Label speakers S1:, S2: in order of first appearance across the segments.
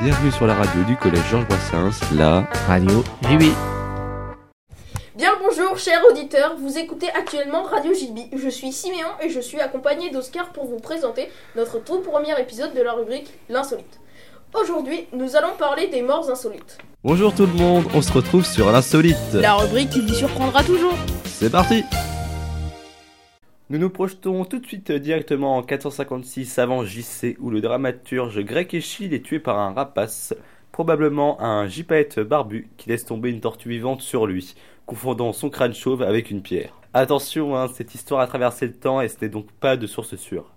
S1: Bienvenue sur la radio du collège Georges Brassens, la
S2: Radio JB.
S3: Bien le bonjour, chers auditeurs. Vous écoutez actuellement Radio JB. Je suis Siméon et je suis accompagné d'Oscar pour vous présenter notre tout premier épisode de la rubrique L'insolite. Aujourd'hui, nous allons parler des morts insolites.
S1: Bonjour tout le monde, on se retrouve sur l'insolite.
S4: La rubrique qui vous surprendra toujours.
S1: C'est parti
S5: Nous nous projetons tout de suite directement en 456 avant JC où le dramaturge grec Échille est tué par un rapace, probablement un gypaète barbu qui laisse tomber une tortue vivante sur lui, confondant son crâne chauve avec une pierre. Attention, hein, cette histoire a traversé le temps et ce n'est donc pas de source sûre.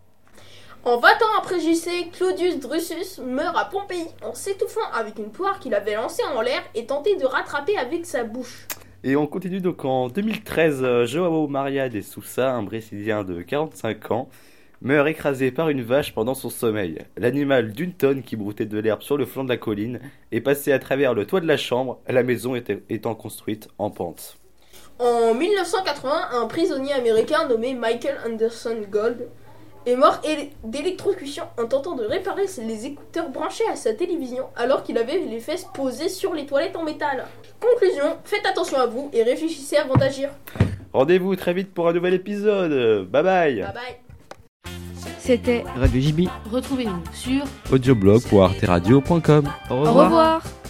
S3: En 20 ans après JC, Claudius Drusus meurt à Pompéi en s'étouffant avec une poire qu'il avait lancée en l'air et tenté de rattraper avec sa bouche.
S5: Et on continue donc en 2013, euh, Joao Maria de Sousa, un Brésilien de 45 ans, meurt écrasé par une vache pendant son sommeil. L'animal d'une tonne qui broutait de l'herbe sur le flanc de la colline est passé à travers le toit de la chambre, la maison était- étant construite en pente.
S3: En 1980, un prisonnier américain nommé Michael Anderson Gold est mort éle- d'électrocution en tentant de réparer les écouteurs branchés à sa télévision alors qu'il avait les fesses posées sur les toilettes en métal. Conclusion, faites attention à vous et réfléchissez avant d'agir.
S5: Rendez-vous très vite pour un nouvel épisode. Bye bye.
S3: Bye bye.
S4: C'était
S2: Radio JB.
S4: Retrouvez-nous sur
S1: Audioblog.arteradio.com
S2: Au
S4: Au
S2: revoir.
S4: revoir.